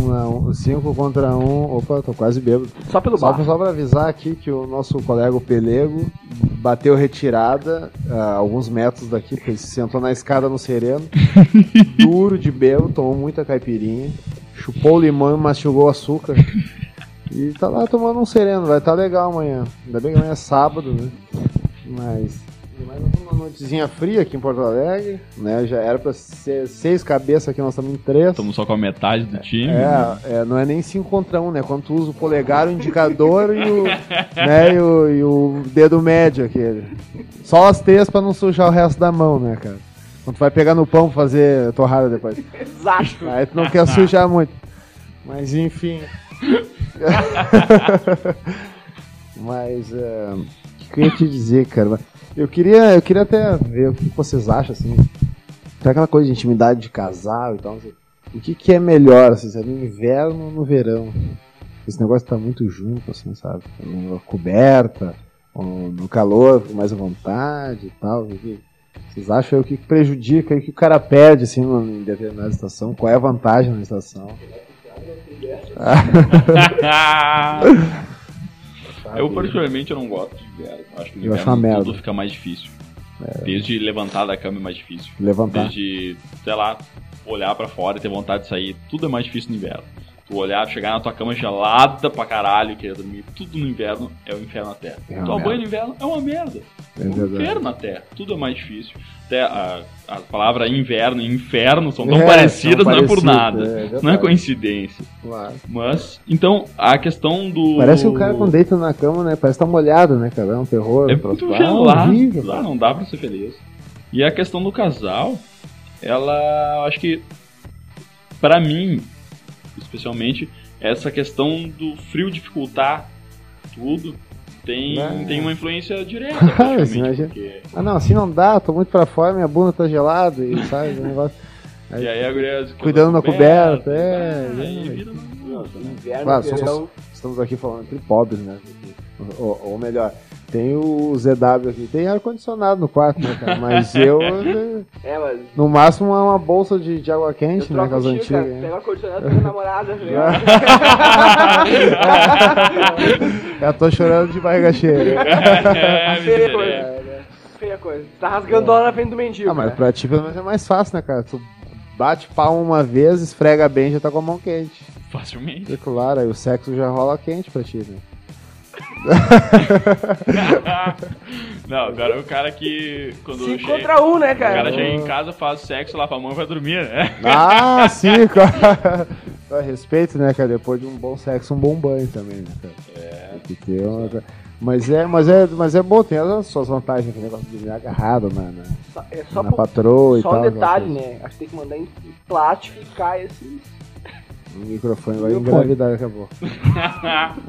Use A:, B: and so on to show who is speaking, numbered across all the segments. A: não. 5 contra 1. Um. Opa, tô quase bêbado.
B: Só pelo
A: Só,
B: bar.
A: pra- só pra avisar aqui que o nosso colega o Pelego bateu retirada a alguns metros daqui, porque ele se sentou na escada no sereno, duro de belo, tomou muita caipirinha, chupou o limão e mastigou o açúcar. E tá lá tomando um sereno, vai tá legal amanhã. Ainda bem que amanhã é sábado, né? Mas. Mas nós temos uma noitezinha fria aqui em Porto Alegre, né? Já era pra ser seis cabeças aqui, nós estamos em três.
C: Estamos só com a metade do time.
A: É, é, não é nem 5 contra 1, um, né? Quando tu usa o polegar, o indicador e o, né, e o, e o dedo médio aquele. Só as três pra não sujar o resto da mão, né, cara? Quando tu vai pegar no pão pra fazer torrada depois.
B: Exato.
A: Aí tu não quer sujar muito. Mas enfim. Mas é, o que eu ia te dizer, cara? Eu queria, eu queria até ver o que vocês acham, assim. Tem aquela coisa de intimidade de casal e tal. não sei. O que, que é melhor, assim, sabe? No inverno ou no verão? Esse negócio tá muito junto, assim, sabe? Numa coberta, ou no calor, com mais à vontade e tal. o que- vocês acham aí o que prejudica e o que o cara perde assim no- em determinada estação? Qual é a vantagem na estação?
C: eu, particularmente, eu não gosto de inverno. Acho que no
A: Eu acho
C: inverno
A: uma merda. É.
C: tudo fica mais difícil. Desde levantar da cama é mais difícil.
A: Levantar.
C: Desde, sei lá, olhar pra fora e ter vontade de sair. Tudo é mais difícil no inverno. Tu olhar, chegar na tua cama gelada pra caralho, e querer dormir. Tudo no inverno é o inferno na Terra.
A: É uma
C: Tomar
A: merda.
C: banho no inverno é uma merda.
A: É verdade.
C: inferno na Terra. Tudo é mais difícil. Até a, a palavra inverno e inferno são tão
A: É,
C: parecidas,
A: são
C: não é por
A: parecidas,
C: nada.
A: é verdade.
C: não é coincidência.
A: Claro.
C: Mas, então, a questão do.
A: Parece que o cara quando deita na cama, né? Parece que tá molhado, né, cara? É um terror.
C: É
A: um troço-
C: muito
A: Ah,
C: gelado,
A: horrível,
C: lá
A: cara.
C: não dá pra ser feliz. E a questão do casal, ela, eu acho que, pra mim, especialmente, essa questão do frio dificultar tudo tem,
A: Ah.
C: tem uma influência direta, praticamente,
A: imagina.
C: porque...
A: Ah, não, assim não dá, tô muito pra fora, minha bunda tá gelada e sabe, o negócio. Aí-
C: E aí a guria...
A: Cuidando da coberta, é,
C: tá? Aí
A: é.
C: vira uma coisa, né?
B: Inverno,
A: Claro,
B: verão,
A: somos- Estamos aqui falando entre pobres, né? Ou, ou melhor, tem o ZW aqui, tem ar-condicionado no quarto, né, cara? Mas eu, né,
B: É, mas...
A: no máximo, é uma bolsa de, de água
B: Eu
A: quente, né?
B: troco
A: Com as
B: o tio, cara.
A: antigas. né?
B: Pega o condicionado da minha namorada, velho.
A: É, Eu tô chorando de barriga cheia.
B: Feia
C: É,
A: né?
C: miseré.
B: coisa. Feia coisa. Tá rasgando dó na frente do mendigo.
A: Ah, mas
B: cara.
A: pra ti pelo menos é mais fácil, né, cara? Tu bate pau uma vez, esfrega bem, já tá com a mão quente.
C: Facilmente.
A: E claro, aí o sexo já rola quente pra ti, né?
C: Não, agora é o cara que, quando
B: Cinco
C: chega...
B: contra um, né,
C: O cara
B: cara?
C: chega em casa, faz sexo lá pra mãe e vai dormir, né?
A: Ah, sim, cara. A respeito, né, cara? Depois de um bom sexo, um bom banho também, né, cara? É. Tem que ter uma... Mas é, mas é, mas é bom, tem as suas vantagens, aquele negócio de dormir agarrado na, na,
B: Só- É só,
A: na
B: por-
A: patroa e
B: só
A: tal.
B: um
A: aquela
B: detalhe,
A: tá, coisa.
B: né? Acho que tem que mandar em plastificar esse...
A: O microfone vai
B: Meu
A: engravidar daqui a pouco.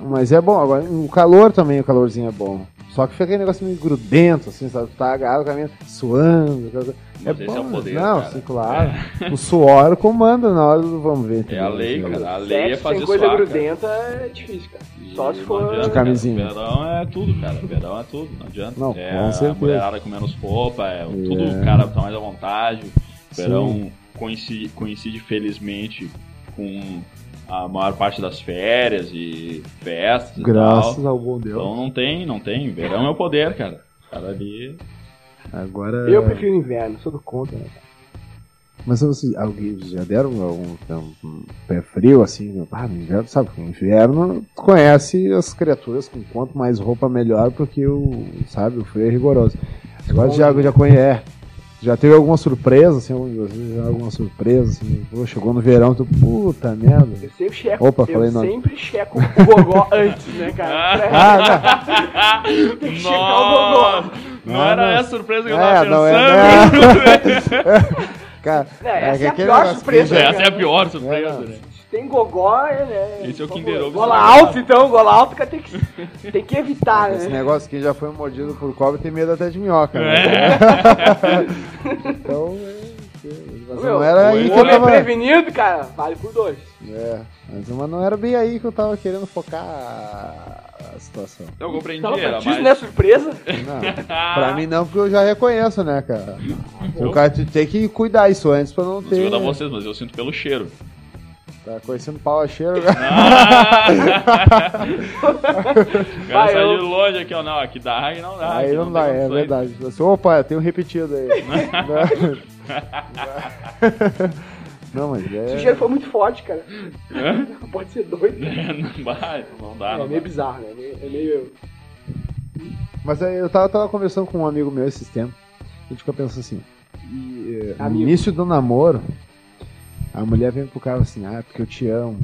A: Mas é bom, agora o calor também, o calorzinho é bom. Só que fica aquele negócio meio grudento, assim, sabe? Tu Tá agarrado, caminho, suando. aquela coisa.
C: Mas esse é o poder,
A: Não,
C: cara.
A: sim, claro. O suor comanda na hora do vamos ver.
C: É a lei, cara. A lei é
B: Sexo
C: fazer
B: sem coisa
C: suar, cara.
B: grudenta é difícil, cara. Só se
C: não
B: for...
C: adianta,
A: De camisinha.
C: cara. Verão é tudo, cara. Verão é tudo. Não adianta.
A: Não,
C: é
A: com
C: a
A: certeza.
C: mulherada com menos roupa, é tudo,
A: É.
C: o cara tá mais à vontade.
A: Sim.
C: Verão coincide, coincide, felizmente, com a maior parte das férias e festas e tal.
A: Graças ao bom Deus.
C: Então não tem, não tem. Verão é o poder, cara. O cara ali.
A: Agora. é
B: Eu prefiro inverno, sou do contra, né?
A: Mas vocês, alguém já deram algum um pé frio assim? Ah, no inverno, sabe? No inverno, tu conhece as criaturas com quanto mais roupa melhor, porque o, sabe, o frio é rigoroso. Agora já, já conhece. Já teve alguma surpresa, assim, algum de vocês, já alguma surpresa, assim, pô, chegou no verão, tu, puta merda.
B: Eu sempre checo.
A: Opa,
B: eu
A: falei nome.
B: sempre checo o gogó antes, né, cara?
A: Ah,
B: Tem que checar o gogó.
C: Não,
A: Não,
C: era
A: não.
C: essa a surpresa que eu
A: É,
C: tava
A: não é-
C: pensando.
A: não, cara.
B: Não, essa é a
A: aquele
B: pior
A: negócio que
B: surpresa,
A: já-
B: cara.
C: Essa é a pior surpresa,
A: Não, não.
C: né?
B: Se Tem gogó, é, né?
C: Esse é o
B: por
C: Kinder
B: favor.
C: Ovo.
B: Gola alta, então, gola alta cara, tem que, tem que evitar,
A: Esse
B: né?
A: negócio que já foi um mordido por cobra tem medo até de minhoca, né? Então, é, mas
B: Meu,
A: não era né, aí
B: o
A: que eu
B: homem
A: tava...
B: prevenido, cara, vale por dois.
A: É, mas, mas não era bem aí que eu tava querendo focar a, a situação.
C: Eu compreendi,
B: Então, pra
C: era
B: ti
C: mais.
B: isso não é surpresa?
A: Não, pra mim não, porque eu já reconheço, né, cara? O cara tem que cuidar isso antes pra não
C: Não sei
A: ter.
C: quanto a vocês, mas eu sinto pelo cheiro.
A: Tá conhecendo pau cheiro. né?
C: Ah! o cara
B: Vai,
C: saiu
B: eu-
C: de longe aqui, ó. Não, aqui dá, aí não dá.
A: aí
C: aqui
A: não dá,
C: tem
A: é
C: condições.
A: verdade. Você, assim, Opa, tem um repetido aí. não, mas
B: Esse
A: é.
B: cheiro foi muito forte, cara.
C: Hã?
B: Pode ser doido.
C: não vai, não dá,
B: É
C: não
B: meio
C: dá.
B: bizarro, né? É meio- É meio.
A: Mas aí eu tava, tava conversando com um amigo meu esses tempos. A gente fica pensando assim. e, eh, no
B: Amigo.
A: início do namoro, a mulher vem pro cara assim, ah, porque eu te amo,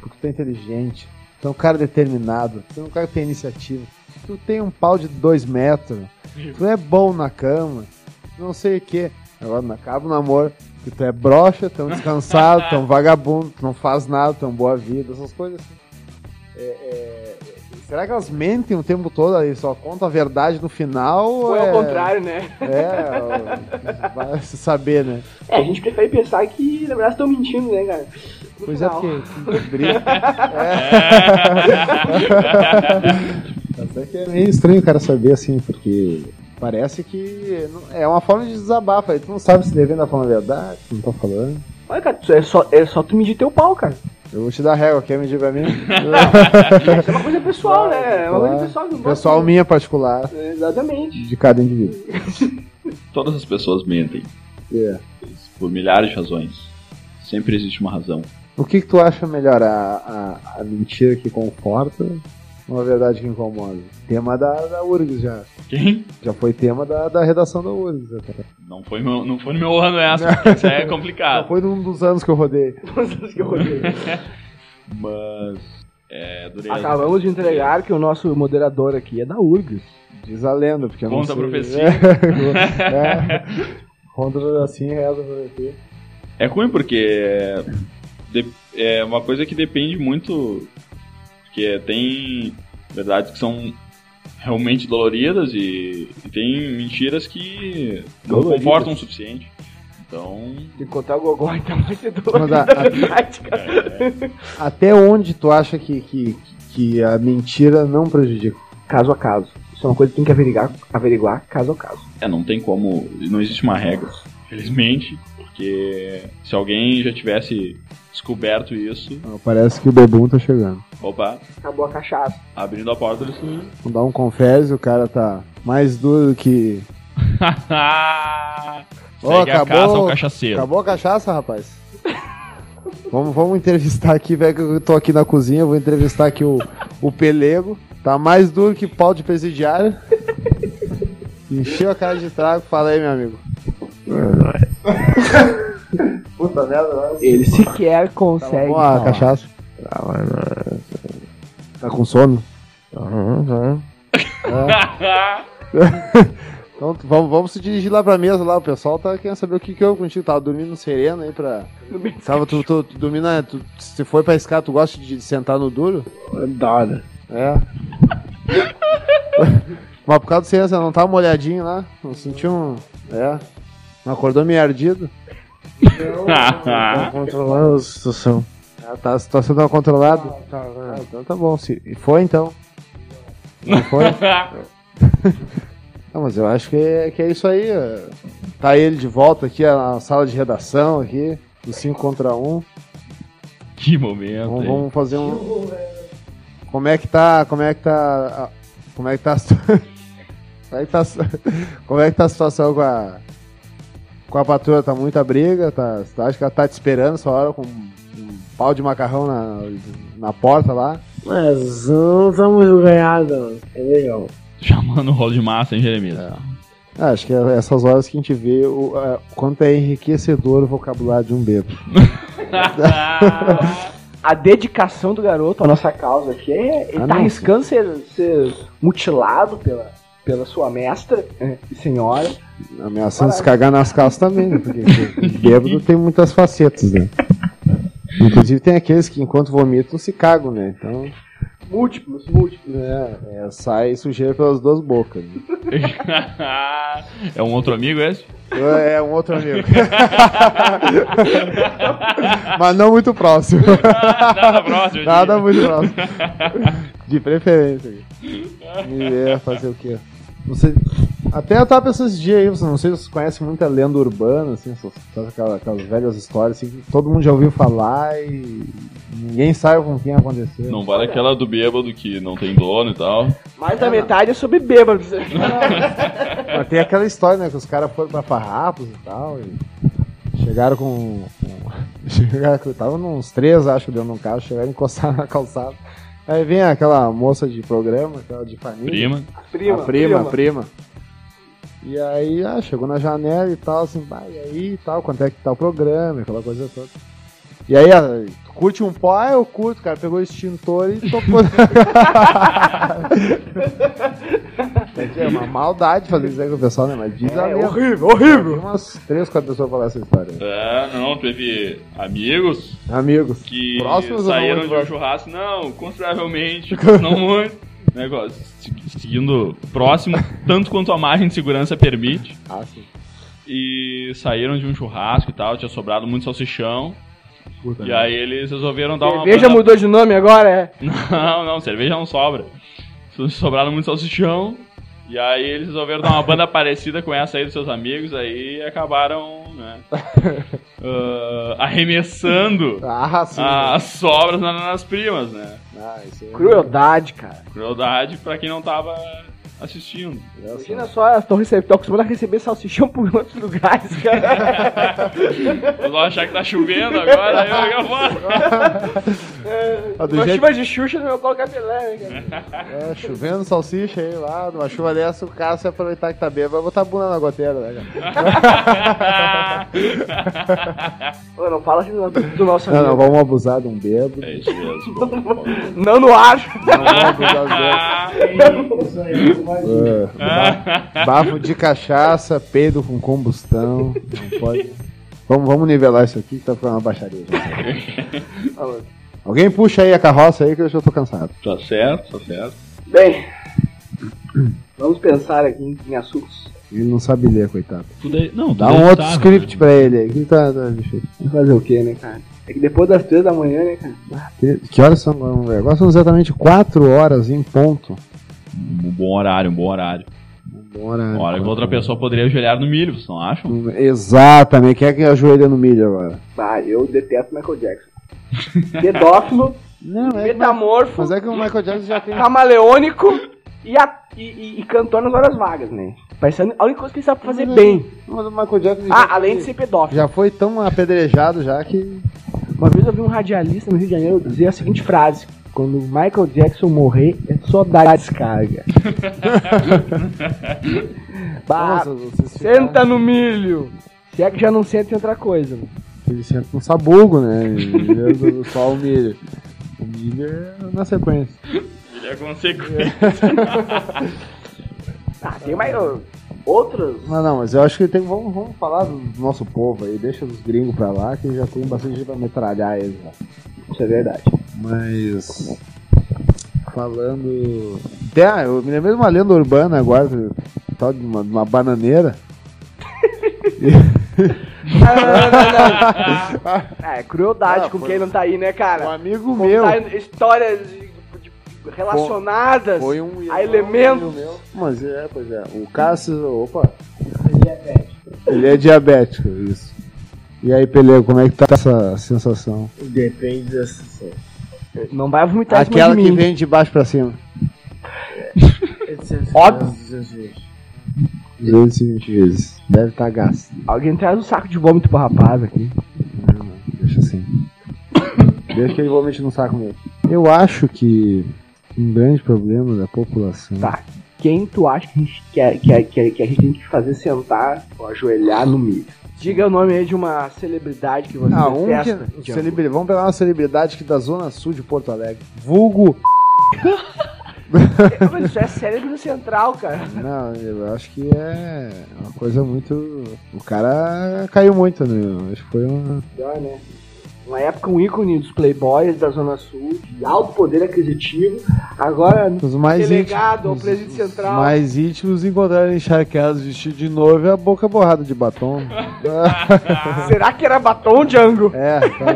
A: porque tu é inteligente, tu é um cara determinado, tu é um cara que tem iniciativa, tu tem um pau de dois metros, tu é bom na cama, não sei o que. Agora acaba o namoro, que tu é broxa, tão descansado, tão vagabundo, tu não faz nada, tão boa vida, essas coisas assim. É, é, será que elas mentem o tempo todo aí, só contam a verdade no final?
B: Ou
A: Ou
B: é
A: é-
B: o contrário, né?
A: é, vai se saber, né?
B: É, a gente prefere pensar que, na verdade, estão mentindo, né, cara? No
A: Pois é,
B: final.
A: porque que briga. É. Até que é meio estranho o cara saber assim, porque parece que não- é uma forma de desabafo. Aí tu não sabe se devendo a falar a verdade, se não tá falando.
B: Olha, cara, tu- é só, é só tu medir teu pau, cara.
A: Eu vou te dar régua, quer medir pra mim?
B: Isso é uma coisa pessoal, né? É uma coisa
A: Claro.
B: pessoal. que eu gosto.
A: Pessoal minha particular,
B: É, Exatamente.
A: de cada indivíduo.
C: Todas as pessoas mentem,
A: É.
C: por milhares de razões. Sempre existe uma razão.
A: O que, que tu acha melhor? A, a, a mentira que conforta ou a verdade que incomoda? Tema da, da URGS já.
C: Quem?
A: Já foi tema da, da redação da URGS até.
C: Não foi, meu, não foi no meu ano essa, porque isso aí é complicado.
A: Já foi num dos anos que eu rodei.
B: Todas as que eu rodei.
C: Mas. É, adorei.
B: Acabamos de entregar que o nosso moderador aqui é da URGS.
A: Diz a lenda, porque eu
C: Conta a
A: não sei.
C: profecia.
A: É, é. Conta assim, reza a profecia.
C: É ruim porque é, de- é uma coisa que depende muito, porque tem verdades que são realmente doloridas e, e tem mentiras que não
A: Doloridas.
C: confortam o suficiente. Então,
B: Tem que contar o gogó, então vai ser
A: Mas a-
B: dolorido, na verdade, cara.
C: é,
A: Até onde tu acha que, que, que a mentira não prejudica?
B: Caso a caso. Isso é uma coisa que tem que averiguar, averiguar caso a caso.
C: é, não tem como, não existe uma regra, felizmente, porque se alguém já tivesse descoberto isso,
A: Ah, Parece que o Bebum tá chegando.
C: opa,
B: Acabou a cachaça.
C: abrindo a porta eles não-
A: Vamos dar um confere, o cara tá mais duro do que.
C: Segue
A: Ó,
C: a caça
A: acabou-
C: ao cachaceiro.
A: Acabou a cachaça, rapaz? Vamos, vamos entrevistar aqui, velho, que eu tô aqui na cozinha, vou entrevistar aqui o, o Pelego. Tá mais duro que pau de presidiário. Encheu a cara de trago, fala aí, meu amigo. Puta merda,
B: Ele sequer
A: tá
B: consegue.
A: bom a cachaça. Ah, Tá com sono? Então t- vamos, vamos se dirigir lá pra mesa lá, o pessoal tá querendo saber o que que eu contigo, tava dormindo sereno aí pra... Tava, tu, tu, tu domina, tu, se foi pra escada, tu gosta de sentar no duro?
B: Adoro.
A: É. Mas por causa do ciência, não tava molhadinho lá? Não sentiu um. É. Não acordou meio ardido?
C: Ah.
A: controlando a situação. Ah, tá, a situação tava controlada? Tá, ah, então tá bom. Se e foi então. Não foi? Não, mas eu acho que é, que é isso aí. ó. Tá ele de volta aqui na sala de redação aqui, do 5 contra 1.
C: que momento,
A: Vamos,
C: hein?
A: vamos fazer um. Como é que tá. Como é que tá. a- Como é que tá a situação. Como é que tá, a situa- como é que tá a situação com a. Com a patroa? Tá muita briga? Tá, você acha que ela tá te esperando essa hora com um pau de macarrão na, na porta lá?
D: Mas não estamos ganhados, entendeu?
C: Chamando o rolo de massa, hein, Jeremias?
A: Ah, acho que é essas horas que a gente vê o é, quanto é enriquecedor o vocabulário de um bebo.
B: A dedicação do garoto à nossa causa aqui é. Ele
A: Ah,
B: tá
A: não,
B: arriscando ser, ser mutilado pela, pela sua mestra né, e senhora.
A: Ameaçando se cagar nas calças também, né? Porque o bêbado tem muitas facetas, né? Inclusive tem aqueles que enquanto vomitam se cagam, né? Então.
B: Múltiplos, múltiplos.
A: É, é, sai sujeira pelas duas bocas. né?
C: é um outro amigo esse?
A: É um outro amigo. Mas não muito próximo.
C: Nada próximo.
A: Nada muito próximo. De preferência. Me é, fazer o quê? Não sei. Até eu tava pensando esses dias aí, você não sei se vocês conhecem muita lenda urbana, assim, essas, sabe aquela- aquelas, velhas histórias assim, que todo mundo já ouviu falar e ninguém sabe com quem aconteceu.
C: Não vale aquela do bêbado que não tem dono e tal.
B: Mais da metade é sobre bêbados.
A: Mas tem aquela história, né, que os caras foram pra farrapos e tal, e chegaram com... com- chegaram com- Tava uns três, acho, dentro de um carro, chegaram e encostaram na calçada. Aí vem aquela moça de programa, aquela de família.
C: Prima.
A: A prima, a prima. E aí, ah, chegou na janela e tal, assim, vai e aí e tal, quanto é que tá o programa, aquela coisa toda. E aí, ah, tu curte um pó, ah, eu curto, cara. Pegou o extintor e topou. Quer dizer, é uma maldade fazer isso aí com o pessoal, né? Mas diz a
B: É
A: lenda.
B: horrível,
A: Tem
B: horrível.
A: umas três, quatro pessoas falar essa história.
C: Ah, não, teve amigos
A: Amigos.
C: que
A: Próximos ou não
C: saíram
A: muito
C: de um
A: próximos?
C: churrasco. Não, consideravelmente, não muito. Negócio, se- seguindo próximo, tanto quanto a margem de segurança permite.
A: Ah, sim.
C: E saíram de um churrasco e tal, tinha sobrado muito salsichão.
A: Puta,
C: E
A: né?
C: aí eles resolveram dar uma.
B: Cerveja
C: banda-
B: mudou de nome agora, é?
C: Não, não, cerveja não sobra. So- Sobraram muito salsichão. E aí eles resolveram dar uma banda parecida com essa aí dos seus amigos, aí acabaram, né? ah, arremessando
A: Ah, sim.
C: as sobras na- nas primas, né?
A: Ah, isso aí.
B: Crueldade, cara.
C: Crueldade pra quem não tava assistindo.
B: Imagina só, elas estão recebendo, tão acostumadas a receber salsichão por outros lugares, cara.
C: Vocês vão achar que tá chovendo agora, eu eu vou.
A: Ah, do
B: Uma
A: jeito-
B: chuva É, de Xuxa no meu colo cabelé, né, cara?
A: É, chovendo salsicha aí lá, numa chuva dessa, o cara se aproveitar que tá bêbado, vai botar a bunda na goteira, né, cara?
B: Ô, não fala assim do, do nosso
A: Não, não,
B: amigo.
A: vamos abusar de um bêbado.
C: É isso mesmo. bom, bom.
B: Não, no ar.
A: Não vamos abusar de um
C: Ah,
D: Isso aí, não vai-
A: bêbado. Ah, Bafo de cachaça, peido com combustão. Não pode. Vamos, vamos nivelar isso aqui que tá ficando uma baixaria. já. Alguém puxa aí a carroça aí que eu já tô cansado.
C: tá certo, tá certo.
B: Bem, vamos pensar aqui em, em assuntos.
A: Ele não sabe ler, coitado.
C: Tudo aí- não,
A: Dá
C: tudo
A: um
C: aí
A: outro
C: tá,
A: script pra ele aí. Que, tá, tá, bicho.
B: Fazer o quê, né, cara? É que depois das três da manhã, né, cara?
A: que, que horas são agora? Vamos ver. Agora são exatamente 4 horas em ponto.
C: Um bom horário, um bom horário.
A: Bora.
C: Uma hora que outra pessoa poderia ajoelhar no milho, vocês não acham?
A: Exatamente. Quem é que ajoelha no milho agora?
B: Bah, eu detesto Michael Jackson. Pedófilo,
A: Não,
B: metamorfo,
A: Mas é que o Michael Jackson já tem.
B: camaleônico e, a, e, e, e cantor nas horas vagas, né? Parecendo a única coisa que ele sabe fazer
A: Mas-
B: bem.
A: Mas o Michael Jackson já,
B: Ah, além de ser pedófilo.
A: já foi tão apedrejado já que.
B: Uma vez eu vi um radialista no Rio de Janeiro dizer a seguinte frase. Quando o Michael Jackson morrer, é só dar a descarga. bah,
A: Nossa, vocês ficaram-
B: Ah, Senta no milho! Se é que já não senta em outra coisa. mano.
A: Ele senta com sabugo, né? Ele é Só o milho. O milho é na sequência.
C: Ele é consequência.
B: Ah, tem mais ô, outras.
A: Mas não, mas eu acho que tem. Vamos, vamos falar do nosso povo aí. Deixa os gringos pra lá que já tem bastante gente pra metralhar eles né? já.
B: Isso é verdade.
A: Mas. Falando. Até, ah, eu me lembrei de uma lenda urbana agora, do- tal de uma, de uma bananeira.
B: É, crueldade
A: Ah,
B: com
A: foi-
B: quem não tá aí, né,
A: Um
B: cara?
A: amigo meu.
B: Contar histórias de- de- de- relacionadas.
A: Foi um
B: a
A: irmão,
B: elementos.
A: um meu. Mas é, pois é. O Cássio, opa. Ele é diabético, isso. E aí, Pelego, como é que tá essa sensação?
D: Depende da situação.
B: Não vai vomitar Tá em cima
A: Aquela
B: de
A: que
B: mim.
A: vem de baixo pra cima.
B: Óbvio.
A: 220 vezes. Deve estar tá gasto.
B: Alguém traz um saco de vômito pro rapaz aqui.
A: Não, não, deixa assim. deixa que ele vomite no saco mesmo. Eu acho que um grande problema da população.
B: Tá. Quem tu acha que a gente, que a- que a- que a- que a gente tem que fazer sentar ou ajoelhar no milho? Diga o nome aí de uma celebridade que você
A: Ah, um
B: detesta.
A: que,
B: Django.
A: celebri- Vamos pegar uma celebridade que é da zona sul de Porto Alegre. Vulgo.
B: Não, mas Isso é cérebro central, cara.
A: Não, eu acho que é uma coisa muito. O cara caiu muito, né? Acho que foi uma.
B: Pior, né? Uma época um ícone dos playboys da Zona Sul, de alto poder aquisitivo. Agora,
A: Os mais
B: Delegado ao
A: íntimos,
B: presídio
A: os
B: central.
A: mais íntimos encontraram encharcados vestidos de noivo e a boca borrada de batom.
B: será que era batom, Django?
A: é, tá-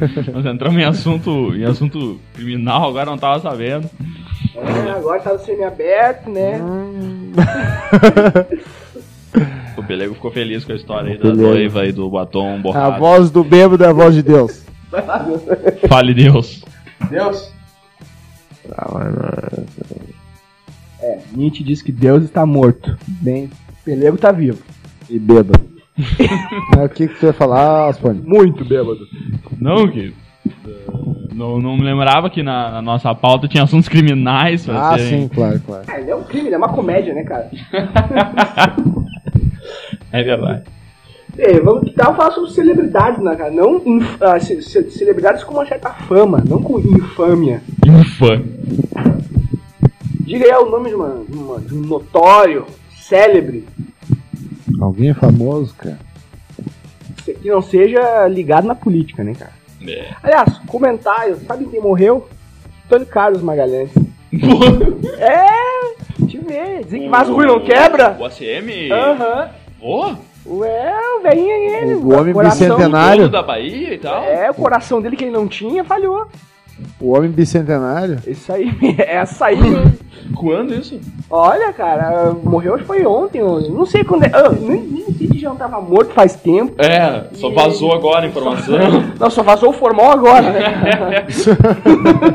C: Nós entramos em assunto, em assunto criminal, agora não tava sabendo.
B: É, agora tá no semi-aberto, né?
A: Hum,
C: O Pelego ficou feliz com a história aí
A: O
C: da
A: Pelego.
C: noiva e do batom
A: A
C: borrado.
A: voz do bêbado é a voz de Deus.
B: Vai lá, meu
C: Fale Deus.
B: Deus.
A: Ah, mano.
B: É, Nietzsche diz que Deus está morto. Bem, Pelego tá vivo.
A: E bêbado. Mas o que, que tu ia falar, Aspone?
B: Muito bêbado.
C: Não, que. eh, Não, não me lembrava que na, na nossa pauta tinha assuntos criminais pra
A: Ah,
C: serem-
A: sim, claro, claro.
B: Ah, ele é um crime, ele é uma comédia, né, cara?
C: É verdade.
B: É, vamos tentar falar sobre celebridades, né, cara? Não inf- ah, ce- ce- celebridades com uma certa fama, não com infâmia.
C: Ufa.
B: Diga aí o nome de, uma, uma- de um notório, célebre,
A: Alguém é famoso, cara?
B: que não seja ligado na política, né, cara?
C: É.
B: Aliás, comentário, sabe quem morreu? Antônio Carlos Magalhães. É, te vê, dizem que vaso ruim não quebra.
C: O ACM?
B: Aham,
C: Ó,
B: ué, o velhinho é ele.
A: O homem
B: coração,
A: bicentenário.
C: dono da Bahia e tal?
B: É, o coração dele que ele não tinha, falhou.
A: O homem bicentenário?
B: Isso aí, essa aí.
C: Quando isso?
B: Olha, cara, morreu acho que foi ontem, eu não sei quando é. ah, nem, nem sei se já tava morto faz tempo.
C: É, só vazou agora a informação.
B: Não, só vazou o formal agora, né?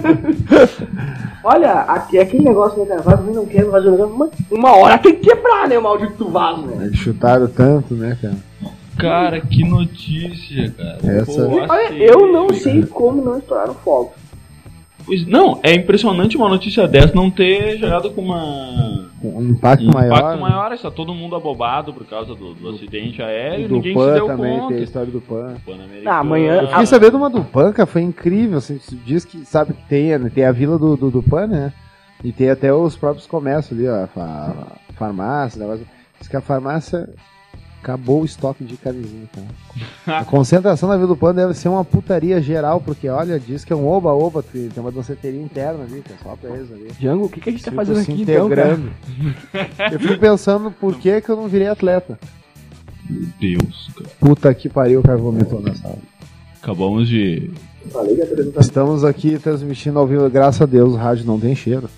B: Olha, aqui- é aquele negócio, né, cara? Vaso ruim não quebra, vaso ruim não quebra. mas Uma hora tem que quebrar, né, o maldito do vaso, né?
A: Eles chutaram tanto, né, cara?
C: Cara, que notícia, cara. assim,
A: Essa-
B: Olha, eu não sei como não estouraram fogo.
C: Pois não, é impressionante uma notícia dessa não ter jogado com uma.
A: Um impacto
C: Um
A: maior. né?
C: impacto maior, está todo mundo abobado por causa do, do acidente aéreo,
A: do
C: ninguém se
A: Pan
C: deu
A: também,
C: conta.
A: tem a história do Pan.
C: Pan-Americano.
B: Ah, amanhã-
A: Eu fiquei sabendo uma do Pan, cara, foi incrível. Assim, se diz que sabe que tem, né, tem a vila do, do, do Pan, né? E tem até os próprios comércios ali, ó. fa- farmácia, negócio. Diz que a farmácia acabou o estoque de camisinha, cara. A concentração da Vila do Pan deve ser uma putaria geral, porque olha, diz que é um oba-oba, tem tem uma danceteria interna ali, cara, só pra eles ali.
B: Django, o que, que a gente tá
A: Tipo,
B: fazendo
A: se
B: aqui então, cara?
A: integrando. Eu fico pensando por que, que eu não virei atleta.
C: Meu Deus, cara.
A: Puta que pariu, o cara vomitou na sala.
C: Acabamos de.
B: Falei que a apresentação-
A: Estamos aqui transmitindo ao vivo, graças a Deus, o rádio não tem cheiro.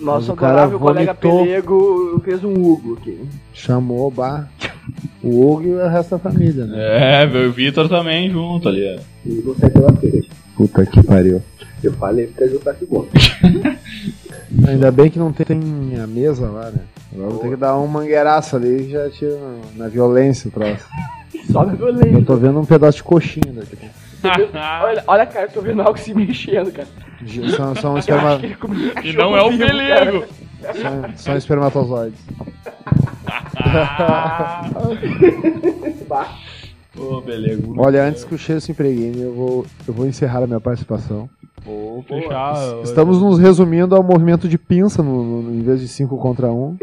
A: Mas
B: Nosso
A: o cara
B: adorável colega
A: vomitou.
B: Pelego fez um Hugo aqui.
A: Chamou o bar, o Hugo e o resto da família, né?
C: É, meu, o Vitor também junto ali. é. ó.
B: E você é pela frente.
A: Puta que pariu.
B: Eu falei pra ele pra segunda.
A: Ainda bem que não tem a mesa lá, né? Agora vou ter que dar um mangueiraço ali e já tira na violência o troço.
B: Só na violência.
A: Eu tô vendo um pedaço de coxinha daqui.
B: Olha, olha, cara, eu tô vendo algo se mexendo, cara.
A: São, são,
B: Eu acho
A: esperma,
B: que ele comeu
C: e
B: cachorro
C: não é o
B: vivo, cara.
C: Pelego.
A: são, são espermatozoides.
C: Ah.
B: Bah.
C: Ô, Pelego.
A: Olha, antes que o cheiro se impregne, eu vou, eu vou encerrar a minha participação.
C: Vou fechar.
A: Estamos nos resumindo ao movimento de pinça no, no- no- em vez de 5 contra 1. Um.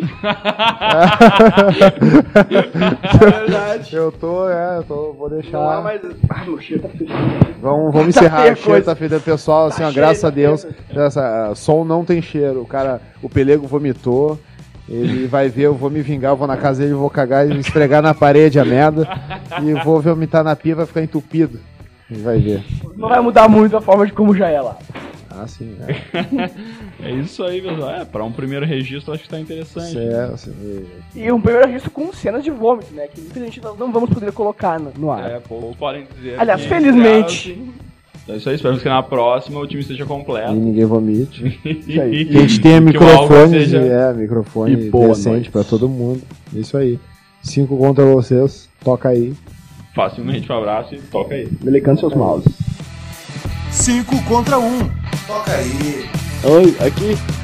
B: Verdade.
A: Eu tô, é, eu tô, vou
B: Não há
A: deixar.
B: mais. Ah, meu cheiro tá fechado.
A: Vamos, vamos
B: Tá
A: encerrar.
B: feia
A: o cheiro
B: coisa.
A: tá feio do pessoal, assim, ó,
B: cheio,
A: graças
B: tá
A: a Deus.
B: feio.
A: Essa, som não tem cheiro. O cara, o pelego vomitou. Ele vai ver, eu vou me vingar, eu vou na casa dele, vou cagar e esfregar na parede a merda. E vou vomitar na pia, vai ficar entupido. Ele vai ver.
B: Não vai mudar muito a forma de como já é lá.
A: Ah, sim. É.
C: É isso aí, pessoal. É, pra um primeiro registro acho que tá interessante.
A: Isso é, assim,
B: E um primeiro registro com cenas de vômito, né? Que infelizmente nós não vamos poder colocar no, no ar.
C: É, pouco podem dizer.
B: Aliás,
C: que-
B: felizmente.
C: Então é isso aí, esperamos que na próxima o time esteja
A: E
C: completo.
A: ninguém vomite.
C: Isso
A: Que a gente tenha
C: que o álcool
A: microfones,
C: seja-
A: de- é, microfone
C: E boa
A: decente
C: noite.
A: pra todo mundo. Isso aí. Cinco contra vocês, toca aí.
C: Facilmente um abraço e toca aí.
B: Melecando seus mouses.
E: 5 contra 1. Toca aí.
B: Oi, aqui.